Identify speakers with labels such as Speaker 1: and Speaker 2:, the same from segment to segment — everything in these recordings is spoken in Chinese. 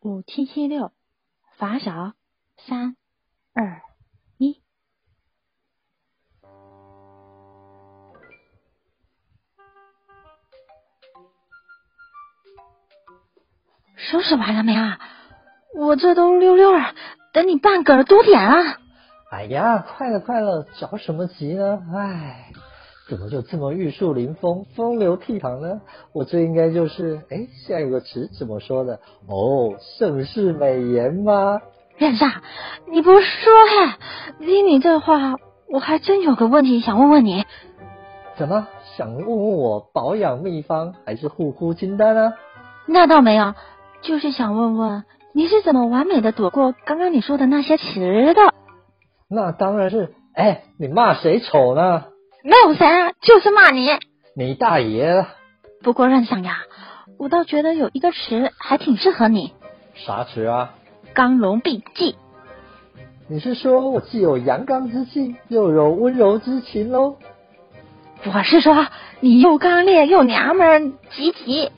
Speaker 1: 五七七六，罚少，三二一。收拾完了没啊？我这都溜溜儿，等你半个多点啊！
Speaker 2: 哎呀，快了快了，着什么急呢？哎，怎么就这么玉树临风、风流倜傥呢？我这应该就是……哎，现在有个词怎么说的？哦，盛世美颜吗？
Speaker 1: 院长，你不说嘿？听你这话，我还真有个问题想问问你。
Speaker 2: 怎么想问问我保养秘方还是护肤清单啊？
Speaker 1: 那倒没有，就是想问问你是怎么完美的躲过刚刚你说的那些词的？
Speaker 2: 那当然是……哎，你骂谁丑呢？
Speaker 1: 没有谁啊，就是骂你。
Speaker 2: 你大爷！
Speaker 1: 不过任想呀，我倒觉得有一个词还挺适合你，
Speaker 2: 啥词啊？
Speaker 1: 刚龙并济。
Speaker 2: 你是说我既有阳刚之气，又有温柔之情喽？
Speaker 1: 我是说你又刚烈又娘们儿，急急。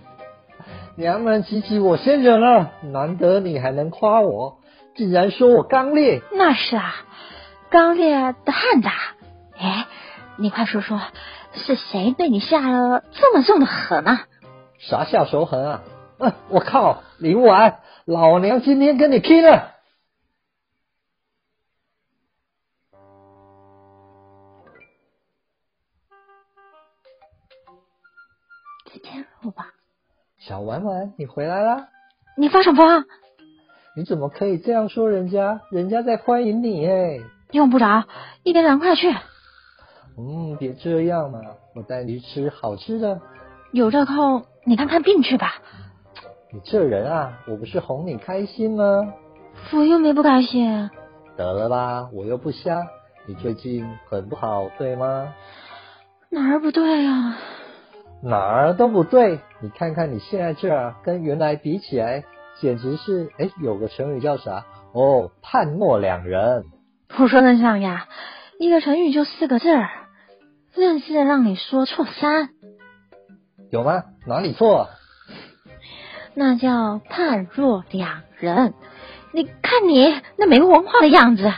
Speaker 2: 娘们急急，我先忍了。难得你还能夸我，竟然说我刚烈。
Speaker 1: 那是啊，刚烈的汉子啊。哎，你快说说，是谁对你下了这么重的狠啊？
Speaker 2: 啥下手狠啊？啊，我靠，林婉，老娘今天跟你拼了！
Speaker 1: 再见了吧。
Speaker 2: 小婉婉，你回来啦！
Speaker 1: 你发什么疯？
Speaker 2: 你怎么可以这样说人家？人家在欢迎你哎！
Speaker 1: 用不着，一边凉快去。
Speaker 2: 嗯，别这样嘛，我带你去吃好吃的。
Speaker 1: 有这空，你看看病去吧。
Speaker 2: 你这人啊，我不是哄你开心吗？
Speaker 1: 我又没不开心。
Speaker 2: 得了吧，我又不瞎。你最近很不好，对吗？
Speaker 1: 哪儿不对呀、啊？
Speaker 2: 哪儿都不对，你看看你现在这儿啊跟原来比起来，简直是哎，有个成语叫啥？哦，判若两人。
Speaker 1: 我说得上呀，一个成语就四个字儿，愣是让你说错三。
Speaker 2: 有吗？哪里错？
Speaker 1: 那叫判若两人。你看你那没文化的样子，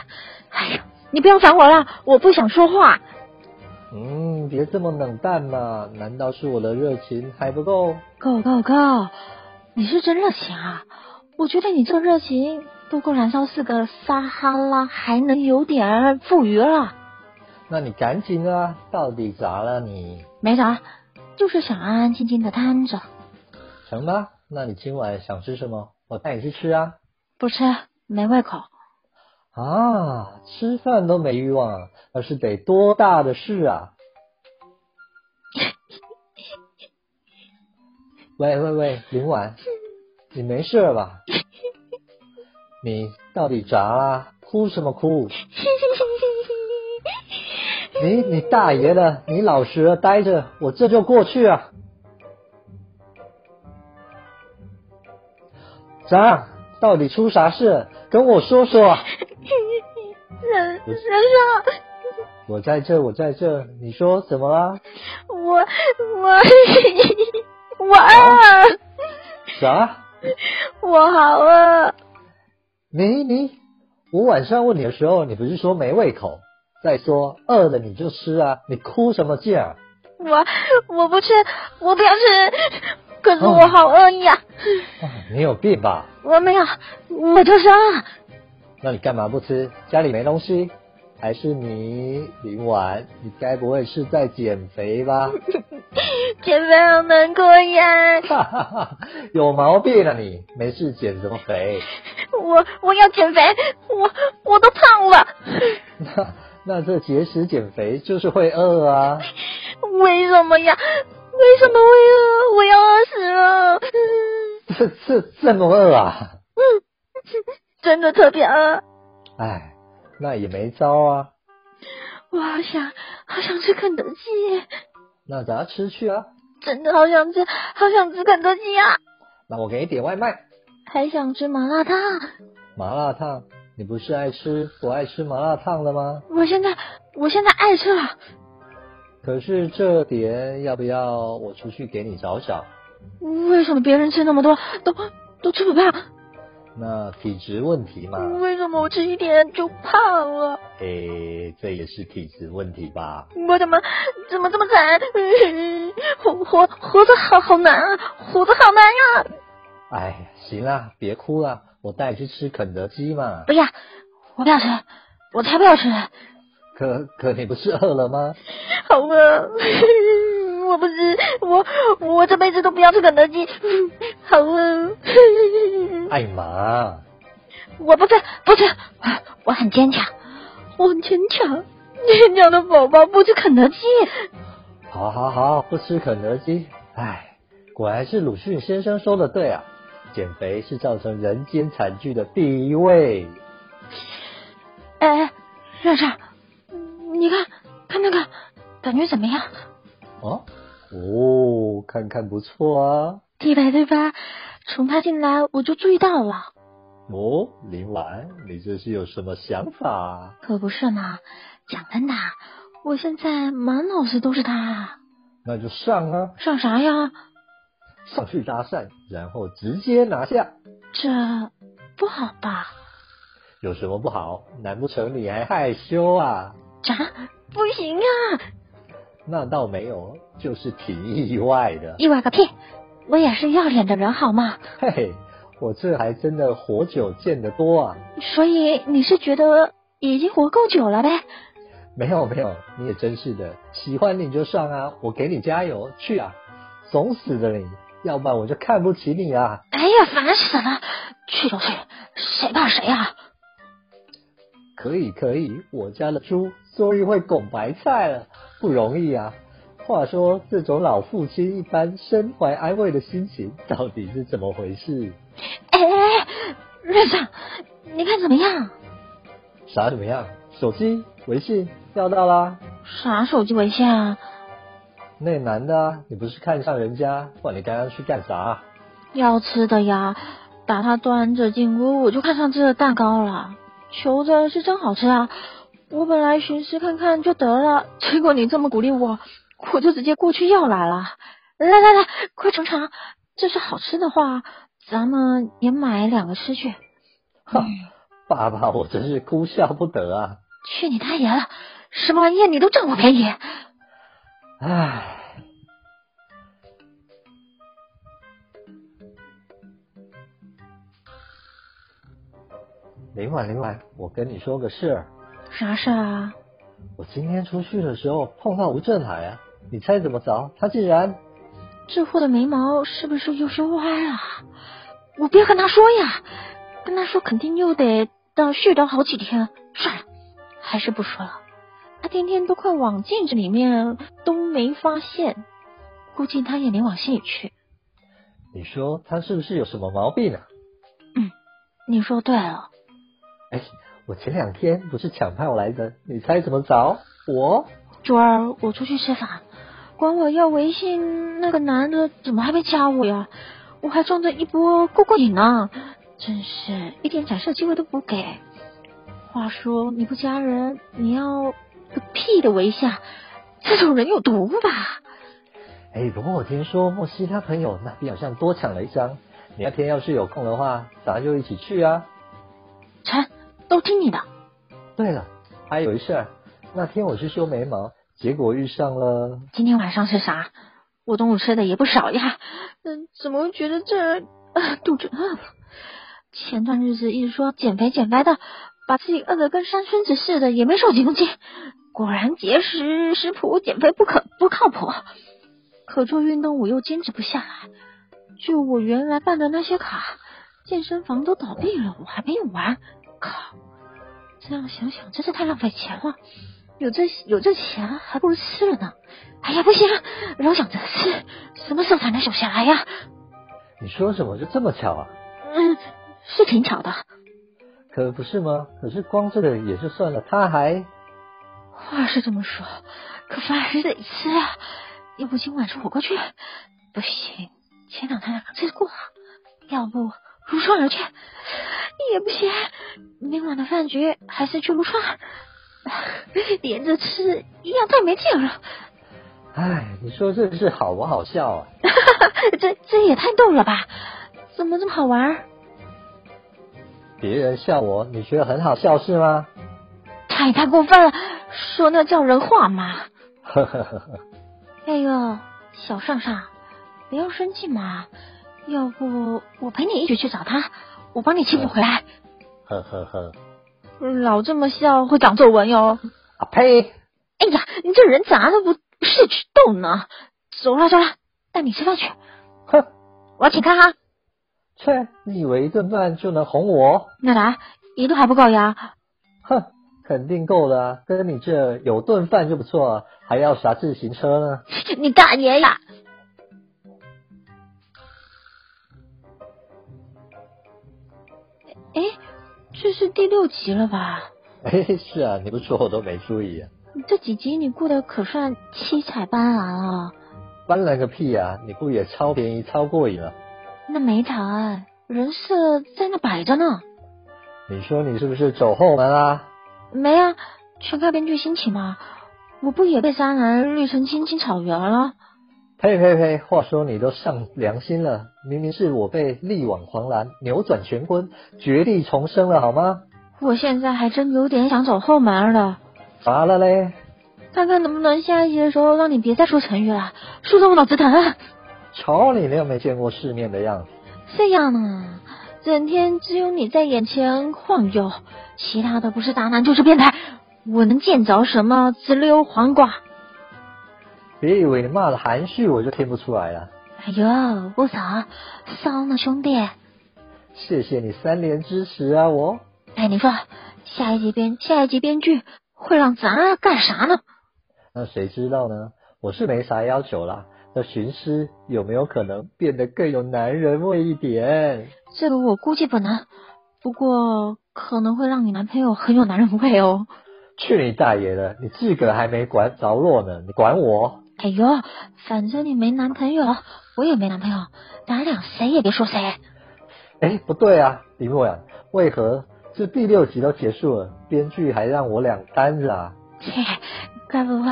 Speaker 1: 哎呀，你不要烦我了，我不想说话。
Speaker 2: 嗯，别这么冷淡嘛！难道是我的热情还不够？
Speaker 1: 够够够！你是真热情啊！我觉得你这热情不够燃烧四个撒哈拉，还能有点富余了。
Speaker 2: 那你赶紧啊！到底咋了你？
Speaker 1: 没啥，就是想安安静静的瘫着。
Speaker 2: 成吧，那你今晚想吃什么？我带你去吃啊！
Speaker 1: 不吃，没胃口。
Speaker 2: 啊，吃饭都没欲望啊，那是得多大的事啊！ 喂喂喂，林婉，你没事吧？你到底咋啦？哭什么哭？你你大爷的！你老实待着，我这就过去啊！咋？到底出啥事？跟我说说。
Speaker 1: 人人啊生，
Speaker 2: 我在这，我在这。你说怎么啊啦？
Speaker 1: 我我我饿。
Speaker 2: 啥？
Speaker 1: 我好饿。
Speaker 2: 你你，我晚上问你的时候，你不是说没胃口？再说饿了你就吃啊，你哭什么劲啊？
Speaker 1: 我我不吃，我不要吃。可是我好饿呀、
Speaker 2: 哦！你有病吧？
Speaker 1: 我没有，我就是啊饿。
Speaker 2: 那你干嘛不吃？家里没东西？还是你林婉？你该不会是在减肥吧？
Speaker 1: 减肥好难过呀！
Speaker 2: 哈哈哈，有毛病啊你！没事减什么肥？
Speaker 1: 我我要减肥，我我都胖了。
Speaker 2: 那那这节食减肥就是会饿啊？
Speaker 1: 为什么呀？为什么会饿？我要饿死了！
Speaker 2: 这这这么饿啊？
Speaker 1: 嗯，真的特别饿。
Speaker 2: 哎，那也没招啊。
Speaker 1: 我好想好想吃肯德基。
Speaker 2: 那咱吃去啊。
Speaker 1: 真的好想吃，好想吃肯德基啊！
Speaker 2: 那我给你点外卖。
Speaker 1: 还想吃麻辣烫。
Speaker 2: 麻辣烫？你不是爱吃不爱吃麻辣烫的吗？
Speaker 1: 我现在我现在爱吃了。
Speaker 2: 可是这点要不要我出去给你找找？
Speaker 1: 为什么别人吃那么多都都吃不胖？
Speaker 2: 那体质问题嘛，
Speaker 1: 为什么我吃一点就胖了？
Speaker 2: 诶，哎这也是体质问题吧？
Speaker 1: 我怎么怎么这么惨？活活活着好好难啊，活着好难呀、
Speaker 2: 哎，行啦，别哭啦，我带你去吃肯德基嘛。
Speaker 1: 不要，我不要吃，我才不要吃，
Speaker 2: 可可你不是饿了吗？
Speaker 1: 好饿。 我不吃，我我这辈子都不要吃肯德基， 好啊饿。
Speaker 2: 艾玛，
Speaker 1: 我不吃，不吃，我很坚强，我很坚强，坚强的宝宝不吃肯德基。
Speaker 2: 好好好，不吃肯德基。哎，果然是鲁迅先生说的对啊，减肥是造成人间惨剧的第一位。
Speaker 1: 哎，热热，你看看那个，感觉怎么样？
Speaker 2: 哦，哦，看看不错啊。
Speaker 1: 对吧对吧？从他进来我就注意到了，
Speaker 2: 哦，林婉，你这是有什么想法啊？
Speaker 1: 可不是嘛。讲真的，我现在满脑子都是他啊，
Speaker 2: 那就上啊，
Speaker 1: 上啥呀？
Speaker 2: 上去搭讪，然后直接拿下。
Speaker 1: 这不好吧？
Speaker 2: 有什么不好？难不成你还害羞啊？
Speaker 1: 啥？不行啊！
Speaker 2: 那倒没有，就是挺意外的。
Speaker 1: 意外个屁！我也是要脸的人好吗？
Speaker 2: 嘿嘿，我这还真的活久见得多啊。
Speaker 1: 所以你是觉得已经活够久了呗？
Speaker 2: 没有没有，你也真是的，喜欢你就上啊，我给你加油，去啊，怂死的你，要不然我就看不起你啊。
Speaker 1: 哎呀，烦死了！去就去，谁怕谁啊？
Speaker 2: 可以可以，我家的猪终于会拱白菜了，不容易啊。话说这种老父亲一般身怀安慰的心情，到底是怎么回事？
Speaker 1: 哎哎哎，瑞长，你看怎么样？
Speaker 2: 啥怎么样？手机、微信要到啦。
Speaker 1: 啥手机微信啊？
Speaker 2: 那男的、啊，你不是看上人家？哇，你刚刚去干啥啊？
Speaker 1: 要吃的呀，把它端着进屋，我就看上这个蛋糕了。求着是真好吃啊！我本来寻思看看就得了，结果你这么鼓励我，我就直接过去要来了。来来来，快尝尝，这是好吃的话，咱们也买两个吃去。
Speaker 2: 哈，爸爸，我真是哭笑不得啊！
Speaker 1: 去你大爷了！什么玩意儿？你都占我便宜！
Speaker 2: 唉。林婉，林婉，我跟你说个事儿，
Speaker 1: 啥事儿啊？
Speaker 2: 我今天出去的时候碰到吴振海啊，你猜怎么着？他竟然……
Speaker 1: 这货的眉毛是不是又是歪了？我不要跟他说呀，跟他说肯定又得到絮叨好几天。算了，还是不说了。他天天都快往镜子里面都没发现，估计他也没往心里去。
Speaker 2: 你说他是不是有什么毛病啊？
Speaker 1: 你说对了，
Speaker 2: 哎，我前两天不是抢票来着，你猜怎么着？我
Speaker 1: 昨儿我出去吃饭，管我要微信那个男的怎么还没加我呀？我还装着一波过过瘾呢，真是一点展示机会都不给。话说你不加人，你要个屁的微信啊，这种人有毒吧？
Speaker 2: 哎，不过我听说莫西他朋友那边好像多抢了一张，你那天要是有空的话，咱就一起去啊。
Speaker 1: 成，都听你的。
Speaker 2: 对了，还有一事儿，那天我去修眉毛，结果遇上了，
Speaker 1: 今天晚上是啥？我中午吃的也不少呀，嗯，怎么会觉得这儿、啊肚子饿了？前段日子一直说减肥减肥的，把自己饿得跟山村子似的，也没瘦几公斤。果然节食食谱减肥不可不靠谱，可做运动我又坚持不下来。就我原来办的那些卡，健身房都倒闭了，我还没有完。靠，这样想想真是太浪费钱了。有这有这钱，还不如吃了呢。哎呀，不行，老想着吃，什么时候才能瘦下来呀？
Speaker 2: 你说什么就这么巧啊？
Speaker 1: 嗯，是挺巧的。
Speaker 2: 可不是吗？可是光这个也就算了，他还……
Speaker 1: 话是这么说，可饭还是得吃啊。要不今晚吃火锅去？不行，前两天吃过了。要不如串而去？也不行，明晚的饭局还是去撸串。 连着吃一样太没劲了，
Speaker 2: 唉，你说这是好不好笑啊？
Speaker 1: 这这也太逗了吧？怎么这么好玩？
Speaker 2: 别人笑我，你觉得很好笑是吗？
Speaker 1: 太太过分了，说那叫人话嘛！
Speaker 2: 呵呵呵呵，
Speaker 1: 哎呦，小尚尚，不要生气嘛，要不我陪你一起去找他，我帮你欺负回来。
Speaker 2: 呵呵呵，
Speaker 1: 嗯老这么笑会长皱纹哟！
Speaker 2: 啊呸！
Speaker 1: 哎呀，你这人咋那不识趣逗呢？走啦走啦，带你吃饭去，
Speaker 2: 哼，
Speaker 1: 我要请客哈！
Speaker 2: 切，你以为一顿饭就能哄我？
Speaker 1: 那来一顿还不够呀？
Speaker 2: 哼，肯定够的啊，跟你这有顿饭就不错了，还要啥自行车呢？
Speaker 1: 你大爷呀！哎，这是第六集了吧？
Speaker 2: 哎，是啊，你不说我都没注意啊。
Speaker 1: 这几集你过得可算七彩斑斓了。
Speaker 2: 搬了个屁啊！你不也超便宜、超过瘾了？
Speaker 1: 那没谈，人设在那摆着呢。
Speaker 2: 你说你是不是走后门啦、
Speaker 1: 没啊，全靠编剧心情嘛。我不也被渣男绿成青青草原了？
Speaker 2: 呸呸呸！话说你都上良心了，明明是我被力挽狂澜、扭转乾坤、绝地重生了，好吗？
Speaker 1: 我现在还真有点想走后门了。
Speaker 2: 咋了嘞？
Speaker 1: 看看能不能下一集的时候让你别再说成语了，说的我脑子疼啊。
Speaker 2: 瞧你那没见过世面的样子！
Speaker 1: 这样啊，整天只有你在眼前晃悠，其他的不是渣男就是变态。我能见着什么只溜黄瓜？
Speaker 2: 别以为你骂的含蓄我就听不出来了。
Speaker 1: 哎呦，不嫂，骚呢兄弟！
Speaker 2: 谢谢你三连支持啊，我。
Speaker 1: 哎，你说下一集编下一集编剧会让咱干啥呢？
Speaker 2: 那谁知道呢？我是没啥要求啦。那寻思有没有可能变得更有男人味一点？
Speaker 1: 这个我估计不能，不过可能会让你男朋友很有男人味哦。
Speaker 2: 去你大爷的！你自个儿还没管着落呢，你管我？
Speaker 1: 哎呦，反正你没男朋友，我也没男朋友，咱俩谁也别说谁。
Speaker 2: 哎，不对啊，李默然，为何这啊第六集都结束了，编剧还让我两单着啊？
Speaker 1: 嘿，该不会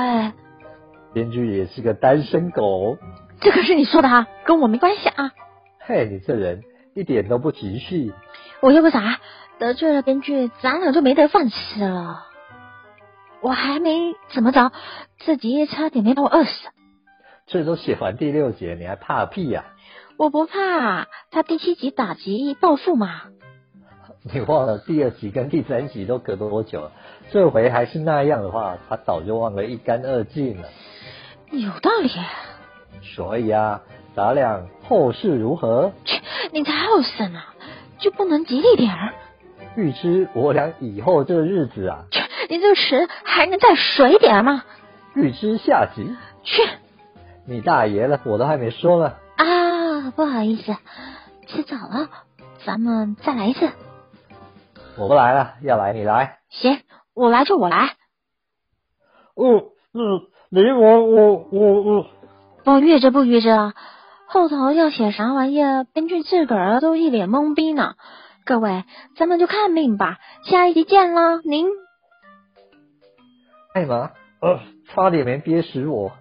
Speaker 2: 编剧也是个单身狗。
Speaker 1: 这可是你说的啊，跟我没关系啊，
Speaker 2: 嘿，你这人一点都不急绪。
Speaker 1: 我又不傻，得罪了编剧，咱俩就没得饭吃了。我还没怎么着，这集差点没把我饿死。
Speaker 2: 这都写完第六节，你还怕屁啊呀、
Speaker 1: 我不怕，他第七集打击报复嘛。
Speaker 2: 你忘了第二集跟第三集都隔多久了？这回还是那样的话，他早就忘得一干二净了。
Speaker 1: 有道理，
Speaker 2: 所以啊，咱俩后事如何？
Speaker 1: 你才好胜啊，就不能吉利点儿？
Speaker 2: 预知我俩以后这日子啊，
Speaker 1: 去，你这个词还能再水点儿吗？
Speaker 2: 预知下集。
Speaker 1: 去
Speaker 2: 你大爷了，我都还没说呢。
Speaker 1: 啊，不好意思，吃早了，咱们再来一次。
Speaker 2: 我不来了，要来你来。
Speaker 1: 行，我来就我来。
Speaker 2: 哦，嗯，你我我我我，
Speaker 1: 不预着不预着，后头要写啥玩意儿，编剧自个儿都一脸懵逼呢。各位，咱们就看命吧，下一集见啦！您
Speaker 2: 艾玛，呃，差点没憋死我。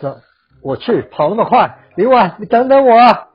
Speaker 2: 走，我去，跑那么快，李婉，你等等我啊。